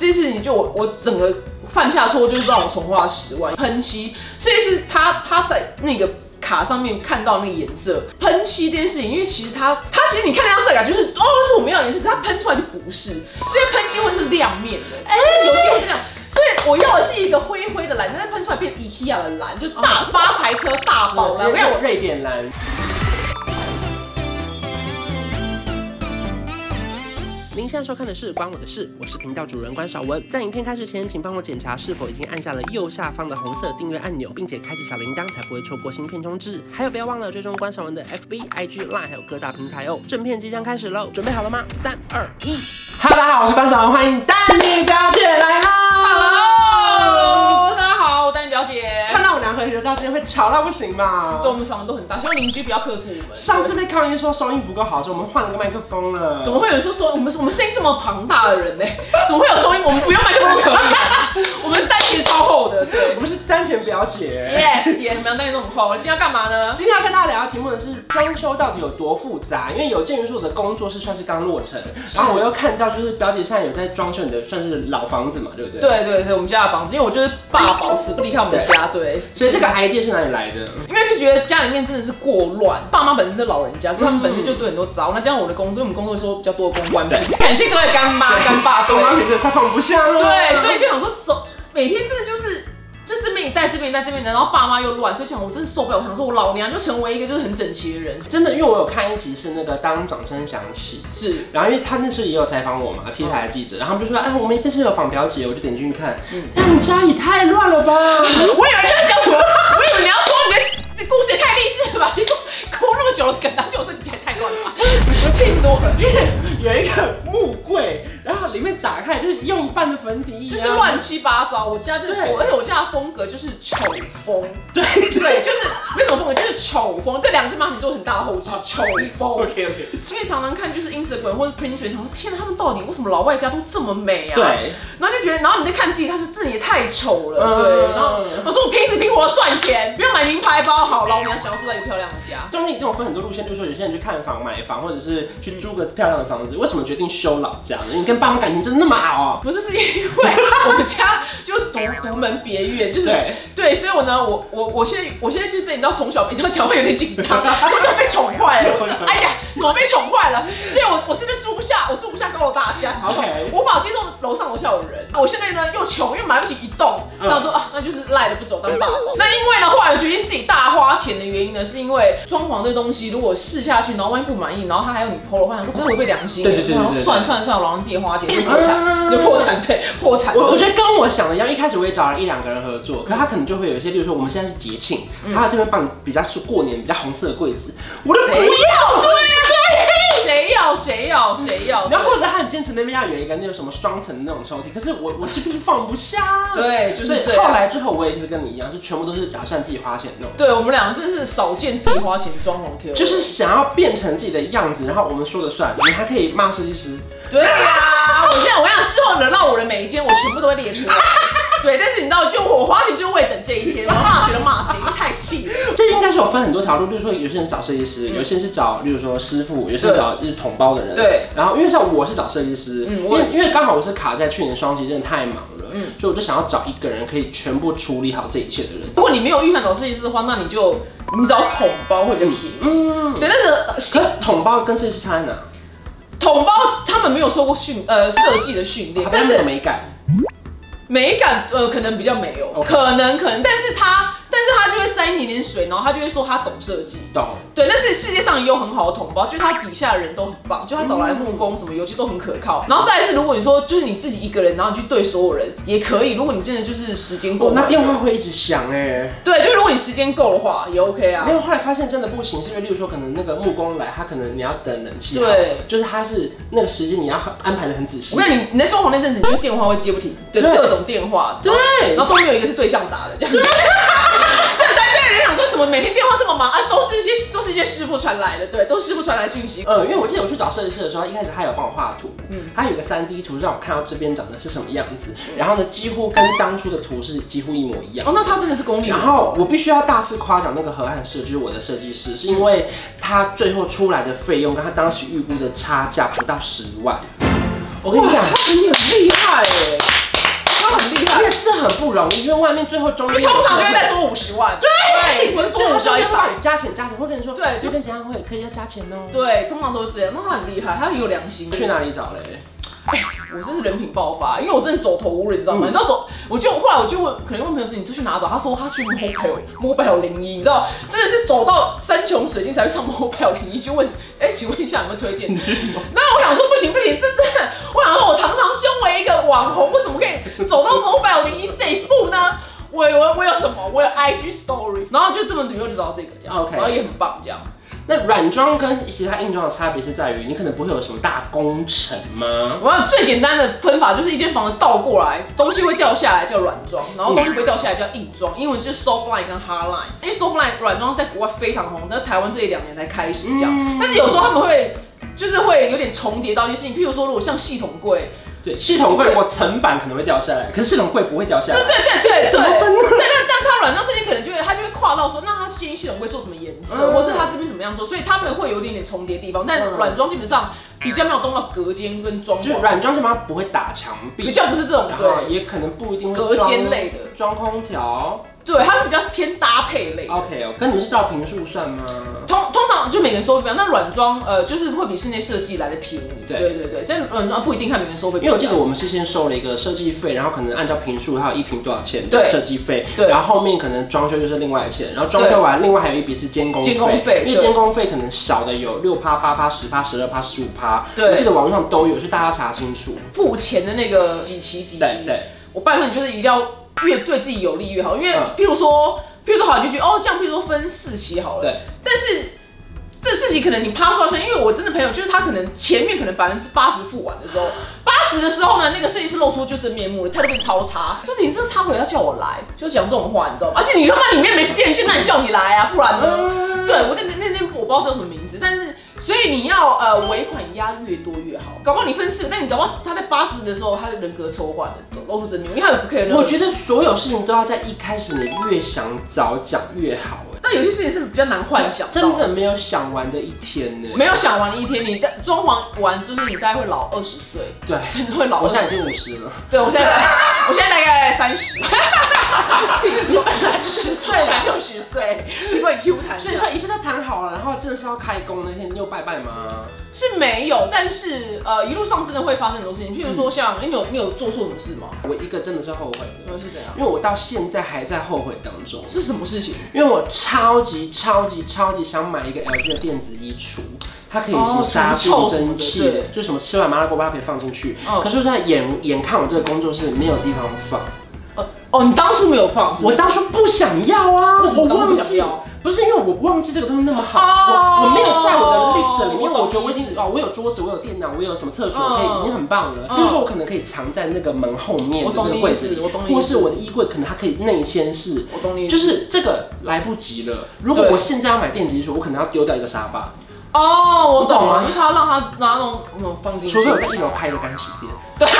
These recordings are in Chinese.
事情就我我整个犯下错就是让我重花十万喷漆，所以是他他在那个。卡上面看到那个颜色喷漆这件事情，因为其实它它其实你看那张色卡就是哦是我们要的颜色，可它喷出来就不是，所以喷漆会是亮面的，哎、有些人是这样，所以我要的是一个灰灰的蓝，但是喷出来变 IKEA 的蓝，就哦大发财车大宝蓝。我跟你讲，我呃瑞典蓝，您现在收看的是《关我的事》，我是频道主人关少文。在影片开始前，请帮我检查是否已经按下了右下方的红色订阅按钮，并且开启小铃铛，才不会错过新片通知。还有，不要忘了追踪关少文的 FB、IG、Line，还有各大平台哦。正片即将开始喽，准备好了吗？三、二、一，Hello，大家好，我是关少文，欢迎丹尼表姐来啦！嗯 Hello，大家好，我丹妮表姐。哎看到我男朋友照片会吵到不行嘛？对，我们嗓门都很大，希望邻居不要克诉我们。上次被抗议说收音不够好，就我们换了个麦克风 了。怎么会有人说说我们我们声音这么庞大的人呢？ 怎么会有收音？我们不用麦克风可以 啊，我们单也超厚的。对我们是丹田表姐。 ，yes，也 没有单也那么厚。今天要干嘛呢？今天要跟大家聊的题目呢是装修到底有多复杂，因为有鉴于说我的工作室算是刚落成，然后我又看到就是表姐现在有在装修你的算是老房子嘛，对不对？。对对对，我们家的房子，因为我就是爸宝死不离开我们的家，对，所以这个 idea 是哪里来的？因为就觉得家里面真的是过乱，爸妈本身是老人家，所以他们本身就对很多糟。那加上我的工作，因为我们工作时候比较多的公关品对，感谢各位干妈干爸，对我。妈觉得快放不下了。对，所以就想说走，每天真的就是。就这边一带，这边一带，这边一带，然后爸妈又乱，所以讲我真的受不了。我想说，我老娘就成为一个就是很整齐的人，真的，因为我有看一集是那个当掌声响起，是然后因为他那时候也有采访我嘛，T 台的记者，然后他们就说，哎，我们这次有访表姐，我就点进去看，嗯但你家也太乱了吧？我以为你在讲什么，我以为你要说你的故事也太励志了吧，结果哭那么久的梗，而且我说你还太乱了吧， 气死我了，有一个木柜，然后里面打开就是用一半的粉底液、就是乱，七八糟。我家就是对我，而且我家的风格就是丑风，对对，对 就是没什么风格，就是丑风。这两个字帮你做很大的后期，丑风。 ，OK OK，因为常常看就是 Instagram 或者 Pinterest，想说天哪，他们到底为什么老外家都这么美啊？，对，然后就觉得，然后你再看自己，他说自己也太丑了，嗯对。然后我说我拼死拼活赚钱，不要买名牌包，好，老娘想要住在一个漂亮的家。中间一定有分很多路线，就是说有些人去看房、买房，或者是去租个漂亮的房子，为什么决定修老家呢？你跟爸妈感情真的那么好、哦？不是，是因为 我们家就独独门别院，就是对对，所以我呢，我我我现在我现在就是被你知道从小，你知道讲话有点紧张，从小被宠坏了，我就哎呀，怎么被宠坏了？所以我我真的住不下，我住不下高楼大厦，你知道吗 OK 我无法接受楼上楼下有人。我现在呢又穷又买不起一栋，嗯那我说啊，那就是赖着不走当爸爸。那因为呢，后来我决定自己大花钱的原因呢，是因为装潢这东西如果试下去，然后万一不满意，然后他还要你剖的话，我真的违背良心。对对对对然后对啊算了算了算了，我让自己花钱就破产，就破产，对，破产。我我觉得得跟我想的一样，一开始我也找了一两个人合嗯作，可是他可能就会有一些，比如说我们现在是节庆，他这边放比较是过年比较红色的柜子，我就不谁要。要对呀、对，谁要谁要谁要？ 然后或者他很坚持那边要有一个那种什么双层的那种抽屉，可是我我这边放不下。 对，就是所这以后样。来最后我也是跟你一样，是全部都是打算自己花钱弄，对我们两个真是少见自己花钱装潢 Q，就是想要变成自己的样子，然后我们说了算，你还可以骂设 计师。对呀、我现在我想之后轮到我的每一间，我全部都会列出 来。对，但是你知道，就我花钱就为等这一天，我骂谁就骂谁，因为太气了。这应该是有分很多条路，例如说有些人找设计师，有些人是找，例如说师傅，有些人找就是统包的人。对。然后因为像我是找设计师，嗯因我为也因为刚好我是卡在去年双十一真的太忙了，嗯所以我就想要找一个人可以全部处理好这一切的人。 如果你没有预算找设计师的话，那你就你找桶包会比较便宜。嗯。对，但是可是统包跟设计师差在哪？桶包他们没有受过训呃设计的训练，但但是是美感。美感呃可能比较没有 OK 可能可能，但是他但是他就会沾一点点水，然后他就会说他懂设计。懂。对，但是世界上也有很好的同胞，就是他底下的人都很棒，就他找来木工什么，尤其都很可嗯靠。然后再来是，如果你说就是你自己一个人，然后你去对所有人也可以，如果你真的就是时间够哦，的那话，电话会一直响哎、对，就如果你时间够的话也 OK 啊没。有，后来发现真的不行，是因为例如说可能那个木工来，他可能你要等冷气，对，就是他是那个时间你要安排的很仔细我。跟你讲你你在装潢那阵子，你就电话会接不停，对，对各种电话，对，然后都没有一个是对象打的这样 子。大家也想说，怎么每天电话这么忙啊？都是一些都是一些师傅传来的，对，都是师傅传来讯息。呃，因为我记得我去找设计师的时候，他一开始他有帮我画图，嗯嗯嗯，他有一个三 D 图让我看到这边长得是什么样子，然后呢，几乎跟当初的图是几乎一模一样哦，。那他真的是功力人然后我必须要大肆夸奖那个河汉社，就是我的设计师，是因为他最后出来的费用跟他当时预估的差价不到十万。我跟你讲，哇他真的很厉害哎！容易，因为外面最后中因间为通常就会再多五十万，对对，或者多五十到一百。加钱加钱，会跟你说对这边怎样会可以要加钱哦。对，通常都是这样。那他很厉害，他很有良心。去哪里找嘞？我真是人品爆发，因为我真的走投无路，你知道吗？嗯你知道走，我就后来我就问，可能问朋友说你就去哪找？他说他去 mobile mobile 零一，你知道，真的是走到山穷水尽才会上 mobile 零一去问，哎、请问一下有没有推 荐？那我想说不行不行，这真的，我想说我堂堂身为一个网红，我怎么可以走到 mobile 零一这一步呢？我有我有什么？我有 IG story，然后就这么女友就找到这个这样 OK 然后也很棒这样。那软装跟其他硬装的差别是在于，你可能不会有什么大工程吗？我想最简单的分法就是一间房子倒过来，东西会掉下来叫软装，然后东西不会掉下来叫硬装，英文就是 soft line 跟 hard line。因为 soft line 软装在国外非常红，但是台湾这一两年才开始讲，嗯但是有时候他们会就是会有点重叠到一些事情，譬如说如果像系统柜，对，系统柜我层板可能会掉下来，可是系统柜不会掉下对来。对对对怎么对。分呢？但但但他软装设计可能就会，他就会跨到说，那他建议系统会做什么颜色，嗯或是他这边怎么样做，所以他们会有一点点重叠地方。但嗯软装基本上比较没有动到隔间跟装就是潢，软装什么不会打墙壁，比较不是这种然后对也可能不一定会隔间装类的。装空调。对，它是比较偏搭配类。 OK 哦，跟你们是照平数算吗？通通常就每个人收费不一样，那软装呃就是会比室内设计来的便宜。对对对对，所以软装不一定看每个人收费不一因为样。我记得我们是先收了一个设计费，然后可能按照平数，还有一平多少钱的对设计费，对然后后面可能装修就是另外的钱，然后装修完另外还有一笔是监工监工费因为对监工费可能少的有六趴、八趴、十趴、十二趴、十五趴，对我记得网络上都有，所以大家查清楚。付钱的那个几期几期对，对，我拜托你就是一定要越对自己有利越好，因为嗯譬如说，譬如说好你就觉得哦这样，譬如说分四期好了，对，但是。这事情可能你趴出来算，因为我真的朋友就是他可能前面可能百分之八十付完的时候，八十的时候呢，那个设计师露出就真面目了，态度变超差，就是你这个插腿要叫我来，就讲这种话，你知道吗？而且你他妈里面没电线，那你叫你来啊，不然呢？嗯对，我那那那那我不知道叫什么名字，但是所以你要呃尾款压越多越好，搞不好你分四个，但你搞不好他在八十的时候他的人格抽换了，露出真面目，因为他也不可能。我觉，得所有事情都要在一开始，你越想早讲越好，哎但有些事情是比较难幻想，真。的没有想完的一天呢。没有想完一天，你在装潢完就是你大概会老二十岁， 对，真的会老。我现在已经五十了，对我现在， 我现在大概三十， 自己说十岁本来就十岁，你不会 Q 弹所以说一切都谈好了，然后正式要开工那天，你有拜拜吗？是没有，但是呃一路上真的会发生很多事情，譬如说像，哎你有你有做错什么事吗？我一个真的是后悔呃的，是怎样？因为我到现在还在后悔当中，是什么事情？因为我超级超级超级想买一个 LG 的电子衣橱，它可以什么杀菌哦什么臭什么的蒸汽对，就什么吃完麻辣锅把它可以放进去。嗯可是我现在眼眼看我这个工作室没有地方放，哦哦，你当初没有放，我当初不想要啊，为什我么当初忘不想记要，不是因为我忘记这个东西那么好，哦我我没有在我的 list 里面，我懂我觉得我已意经思哦，我有桌子，我有电脑，我有什么厕所嗯可以，已经很棒了。嗯比如说我可能可以藏在那个门后面的我那懂个你柜意子思，里，我懂你或意是思，我的衣柜可能它可以内嵌式。我懂你意思，就是这个来不及了。如果对我现在要买电子书，我可能要丢掉一个沙发，哦，我懂我懂了，啊因为他要让他拿那种嗯放进去，除非我在一楼开一个干洗店。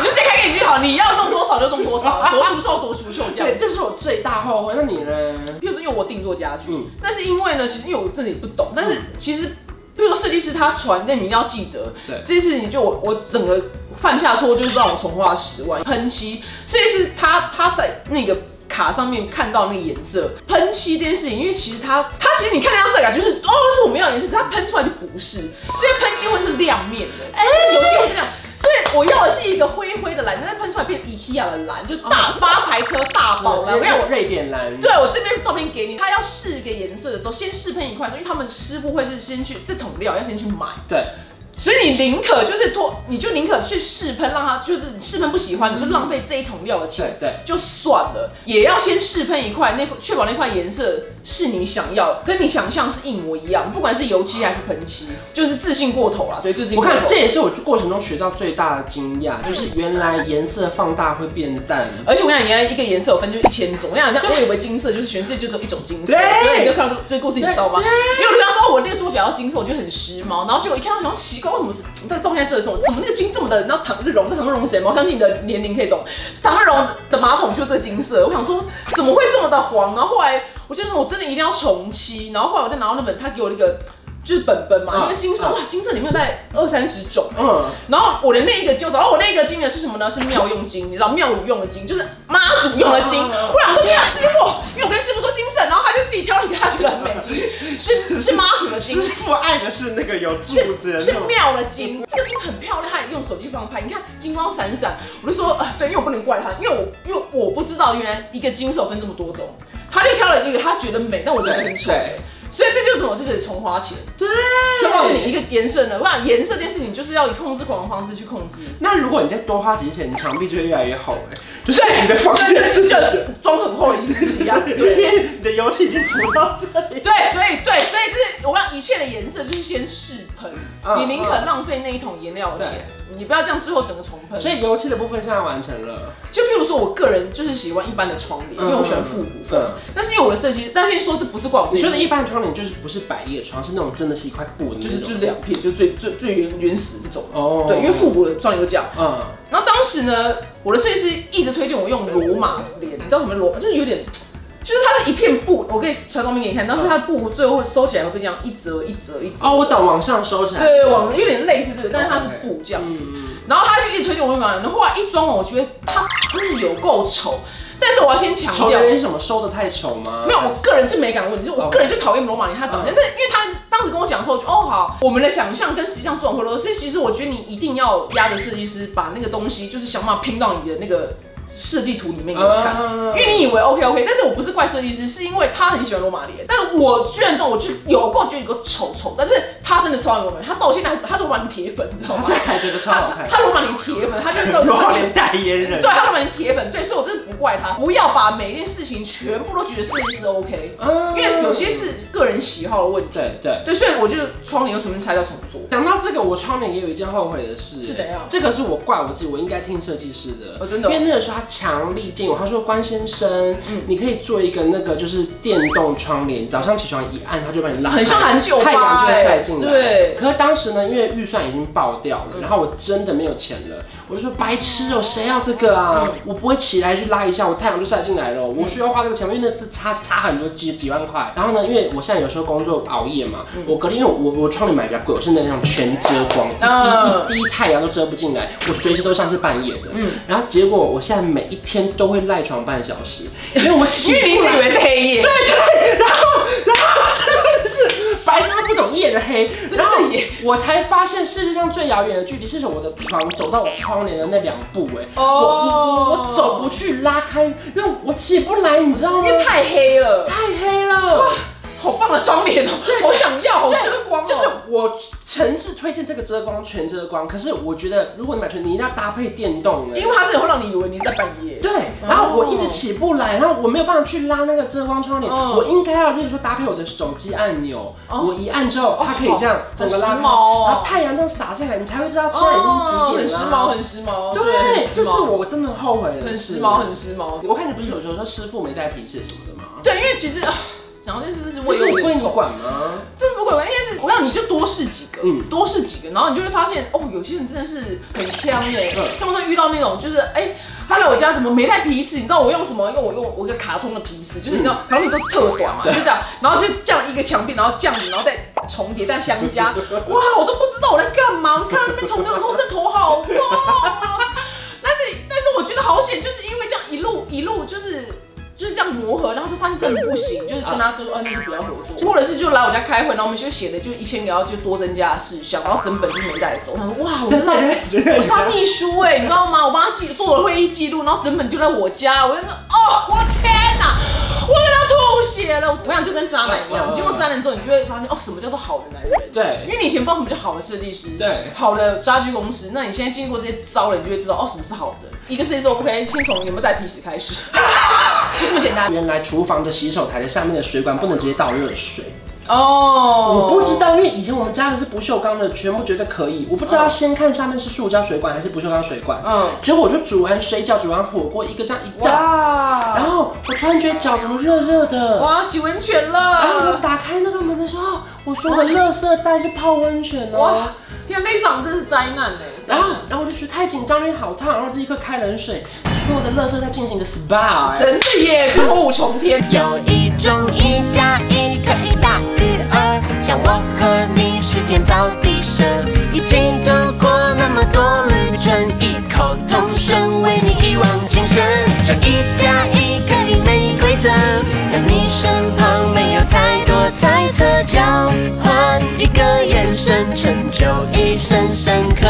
你就直接开给你就好，你要弄多少就弄多少，多出售多出售这样对，。这是我最大后悔。那你呢？譬如说，因为我定做家具，嗯但是因为呢，其实因为我真的也不懂，但是其实，譬如说设计师他传，那你一定要记得，对这件事情就我我整个犯下错就是让我重花十万喷漆，设计师他他在那个。卡上面看到那个颜色喷漆这件事情，因为其实它它其实你看那张色感就是哦是我们要的颜色，可它喷出来就不是，所以喷漆会是亮面的，哎、有些会是亮，所以我要的是一个灰灰的蓝，但是喷出来变 IKEA 的蓝，就哦大发财车大宝蓝。我跟你讲，我我瑞典蓝。对我这边照片给你，他要试一个颜色的时候，先试喷一块，因为他们师傅会是先去这桶料要先去买，对，所以你宁可就是拖，你就宁可去试喷，让他就是你试喷不喜欢，你就浪费这一桶料的钱。对对就算了，也要先试喷一块，那确保那块颜色是你想要，跟你想象是一模一样，不管是油漆还是喷漆，就是自信过头啦。对，自信我过头。哎看这也是我过程中学到最大的惊讶，就是原来颜色放大会变淡。而且我跟你讲，原来一个颜色有分就一千种。我跟你讲，像我以为金色就是全世界就只有一种金色，对对，你就看到这这个故事，你知道吗？因为我就跟他啊说，我那个桌角要金色，我觉得很时髦。然后结果一看到，想说奇怪，为什么是在照片在这的时候，怎么那个金这么的？然后唐日荣，那唐日荣是谁吗？我相信你的年龄可以懂，唐日荣的马桶就这个金色。我想说，怎么会这么的黄？然后后来我就说，我真的一定要重漆。然后后来我再拿到那本他给我那个。就是本本嘛，嗯因为金色哇，金色里面有大概二三十种，啊嗯，然后我的那一个就，然后我那个金呢是什么呢？是妙用金，你知道妙乳用的金，就是妈祖用的金。嗯嗯嗯我想说，天啊，师傅，因为我跟师傅说金色，然后他就自己挑了一个他觉得很美金，是是妈祖的金师。傅爱的是那个有柱子是的是那种，妙的金，这个金很漂亮，他也用手机帮我拍，你看金光闪闪。我就说，呃，对，因为我不能怪他，因为我因为我不知道原来一个金手分这么多种，他就挑了一个他觉得美，但我觉得很丑，对所以这就是我这里重花钱。对，就告诉你一个颜色呢，我想颜色这件事情就是要以控制狂的方式去控制。那如果你再多花几钱，你墙壁就会越来越厚哎，就是你的房间是就这的，妆很厚的意思是一 样。因对为你的油漆已经涂到这里。对，所以对，所以就是我让一切的颜色就是先试喷，嗯你宁可浪费那一桶颜料的钱，你不要这样最后整个重喷。所以油漆的部分现在完成了，就譬如说，我个人就是喜欢一般的窗帘，因为我喜欢复古风嗯。但是因为我的设计，但可以说这不是怪我设你计，说的一般窗帘就是不是百叶窗，是那种真的是一块布的那就种，是就是两片，就最最最原原始这种。哦对，因为复古的窗帘就这样。嗯，然后当时呢，我的设计师一直推荐我用罗马帘，你知道什么罗？就是有点，就是它是一片布，我可以传照片给你看，但是它的布最后会收起来会被这样一折一折一折。哦，我懂，往上收起来，对，往有点类似这个，但是它是布这样子。嗯，然后他就一直推荐我用马帘，然后后来一装完，我觉得它真是有够丑。但是我要先强丑调的，原因是什么？收的太丑吗？没有，我个人是没感问题，哦就是我个人就讨厌罗马尼他长相，但是因为他当时跟我讲的时候，我就哦好，我们的想象跟实际上做完回落，所以其实我觉得你一定要压着设计师把那个东西就是想办法拼到你的那个设计图里面给我啊看。因为你以为 OK OK，但是我不是怪设计师，是因为他很喜欢罗马脸，但是我居然这种，我就有够觉得有个丑丑，但是他真的超爱罗马脸，他到现在还他是罗马脸铁粉，你知道他吗？现在还觉得超好他看，他罗马脸铁粉，他就是到罗浩连代言人，对，他都蛮铁粉，对，所以我真的不怪他，不要把每一件事情全部都觉得设计师 OK，嗯因为有些是个人喜好的问题。对对。对，所以我就窗帘又重新拆掉重做。讲到这个，我窗帘也有一件后悔的事，是怎样这个是我怪我自己，我应该听设计师的。哦真的哦因为那个时候他强力建议我，他说关先生，嗯你可以做一个那个就是电动窗帘，早上起床一按，它就把你拉开，很像韩剧欧巴太阳就会晒进哎来。对可是当时呢，因为预算已经爆掉了，嗯然后我真的没有钱了，我就说白痴哦、谁要这个啊？嗯我不会起来去拉一下，我太阳就晒进来了，我需要花这个钱吗？因为那差差很多几几万块。然后呢，因为我现在有时候工作熬夜嘛，我隔天因为我我窗帘买比较贵，我是那种全遮光，嗯一滴一滴太阳都遮不进来，我随时都像是半夜的。嗯然后结果我现在每一天都会赖床半小时，因为我起因为你一不直以来。为是黑夜，白天都不懂夜的 黑，的然后耶我才发现世界上最遥远的距离是从我的床走到我窗帘的那两步、哎、哦我我我走不去拉开，因为我起不来，你知道吗因？为太黑了，太黑了，好棒的窗帘哦，好想要，好遮光哦。就是我诚挚推荐这个遮光全遮光，可是我觉得如果你买全，你一定要搭配电动、哎因为它真的会让你以为你在半夜。对，然后我一直起不来，然后我没有办法去拉那个遮光窗帘，嗯我应该要，例如说搭配我的手机按钮，哦我一按之后，它可以这样整个拉好时开，髦哦然后太阳这样洒进来，你才会知道现在已哦，经很几点了。啊时髦，很时髦，很对，时这是髦，我真的后悔的事很时髦，。很时髦。我看你不是有时候说师傅没带皮尺什么的吗？对，因为其实啊讲到这件事是这我是有你点归你管吗？这是不鬼玩，应该是我让你就多试几个，哦嗯多试几个，然后你就会发现哦，有些人真的是很香哎、嗯像我都遇到那种就是哎、他来我家什么没带皮尺，你知道我用什么？用我用我一个卡通的皮尺，就是你知道，然后你都特短啊嘛，就这样，然后就这样一个墙壁，然后这样子，然后再重叠再相 加，哇，我都不知道我在干嘛，我看到那边重叠，我说我这头好痛啊！但是但是我觉得好险，就是因为这样一路一路就是。就是这样磨合，然后就发现真的不行，就是跟 他说，啊，那就不要合作，或者是就来我家开会，然后我们就写的就一千个要就多增加的事项，然后整本就没带走。他说，哇，我真的我是他秘书哎、你知道吗？我帮他记做了会议记录，然后整本丢在我家，我就说，哦，我天哪，我真的要吐血了。我想就跟渣男一样，你经过渣男之后，你就会发现，哦，什么叫做好的男人？因对为你以前不知道什么叫好的设计师，对好的家居公司，那你现在经过这些招了，你就会知道哦，什么是好的。一个设计师 OK，先从有没有带皮尺开始， 就这么简单原来厨房的洗手台的上面的水管不能直接倒热水，哦。我不知，道，因为以前我们家的是不锈钢的，全部觉得可以。我不知道先看下面是塑胶水管还是不锈钢水管。嗯，结果我就煮完水饺，煮完火锅，一个这样一倒，哇，然后我突然觉得脚怎么热热的。哇，洗温泉然后啊我了，打开那个门的时候，我说我垃圾袋是泡温泉哦哇。，天啊，那一场真是灾难哎。然后，然后我就觉得太紧张了，因为好烫，然后立刻开冷水，所有的垃圾在进行一个 SPA 哎。真的耶，破五重天。有一种一加一可以大于二，是想我和你是天造地设，一起走过那么多旅程，异口同声为你一往情深。这一加一可以没规则，在你身旁没有太多猜测，交换一个眼神，成就一生深刻。